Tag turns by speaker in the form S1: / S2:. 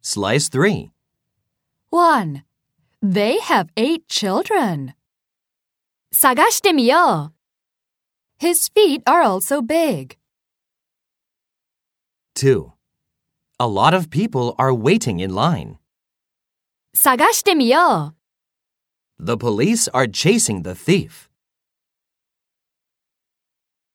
S1: Slice 3.
S2: 1. They have eight children. 探してみよう. His feet are also big.
S1: 2. A lot of people are waiting in line.
S2: 探してみよう.
S1: The police are chasing the thief.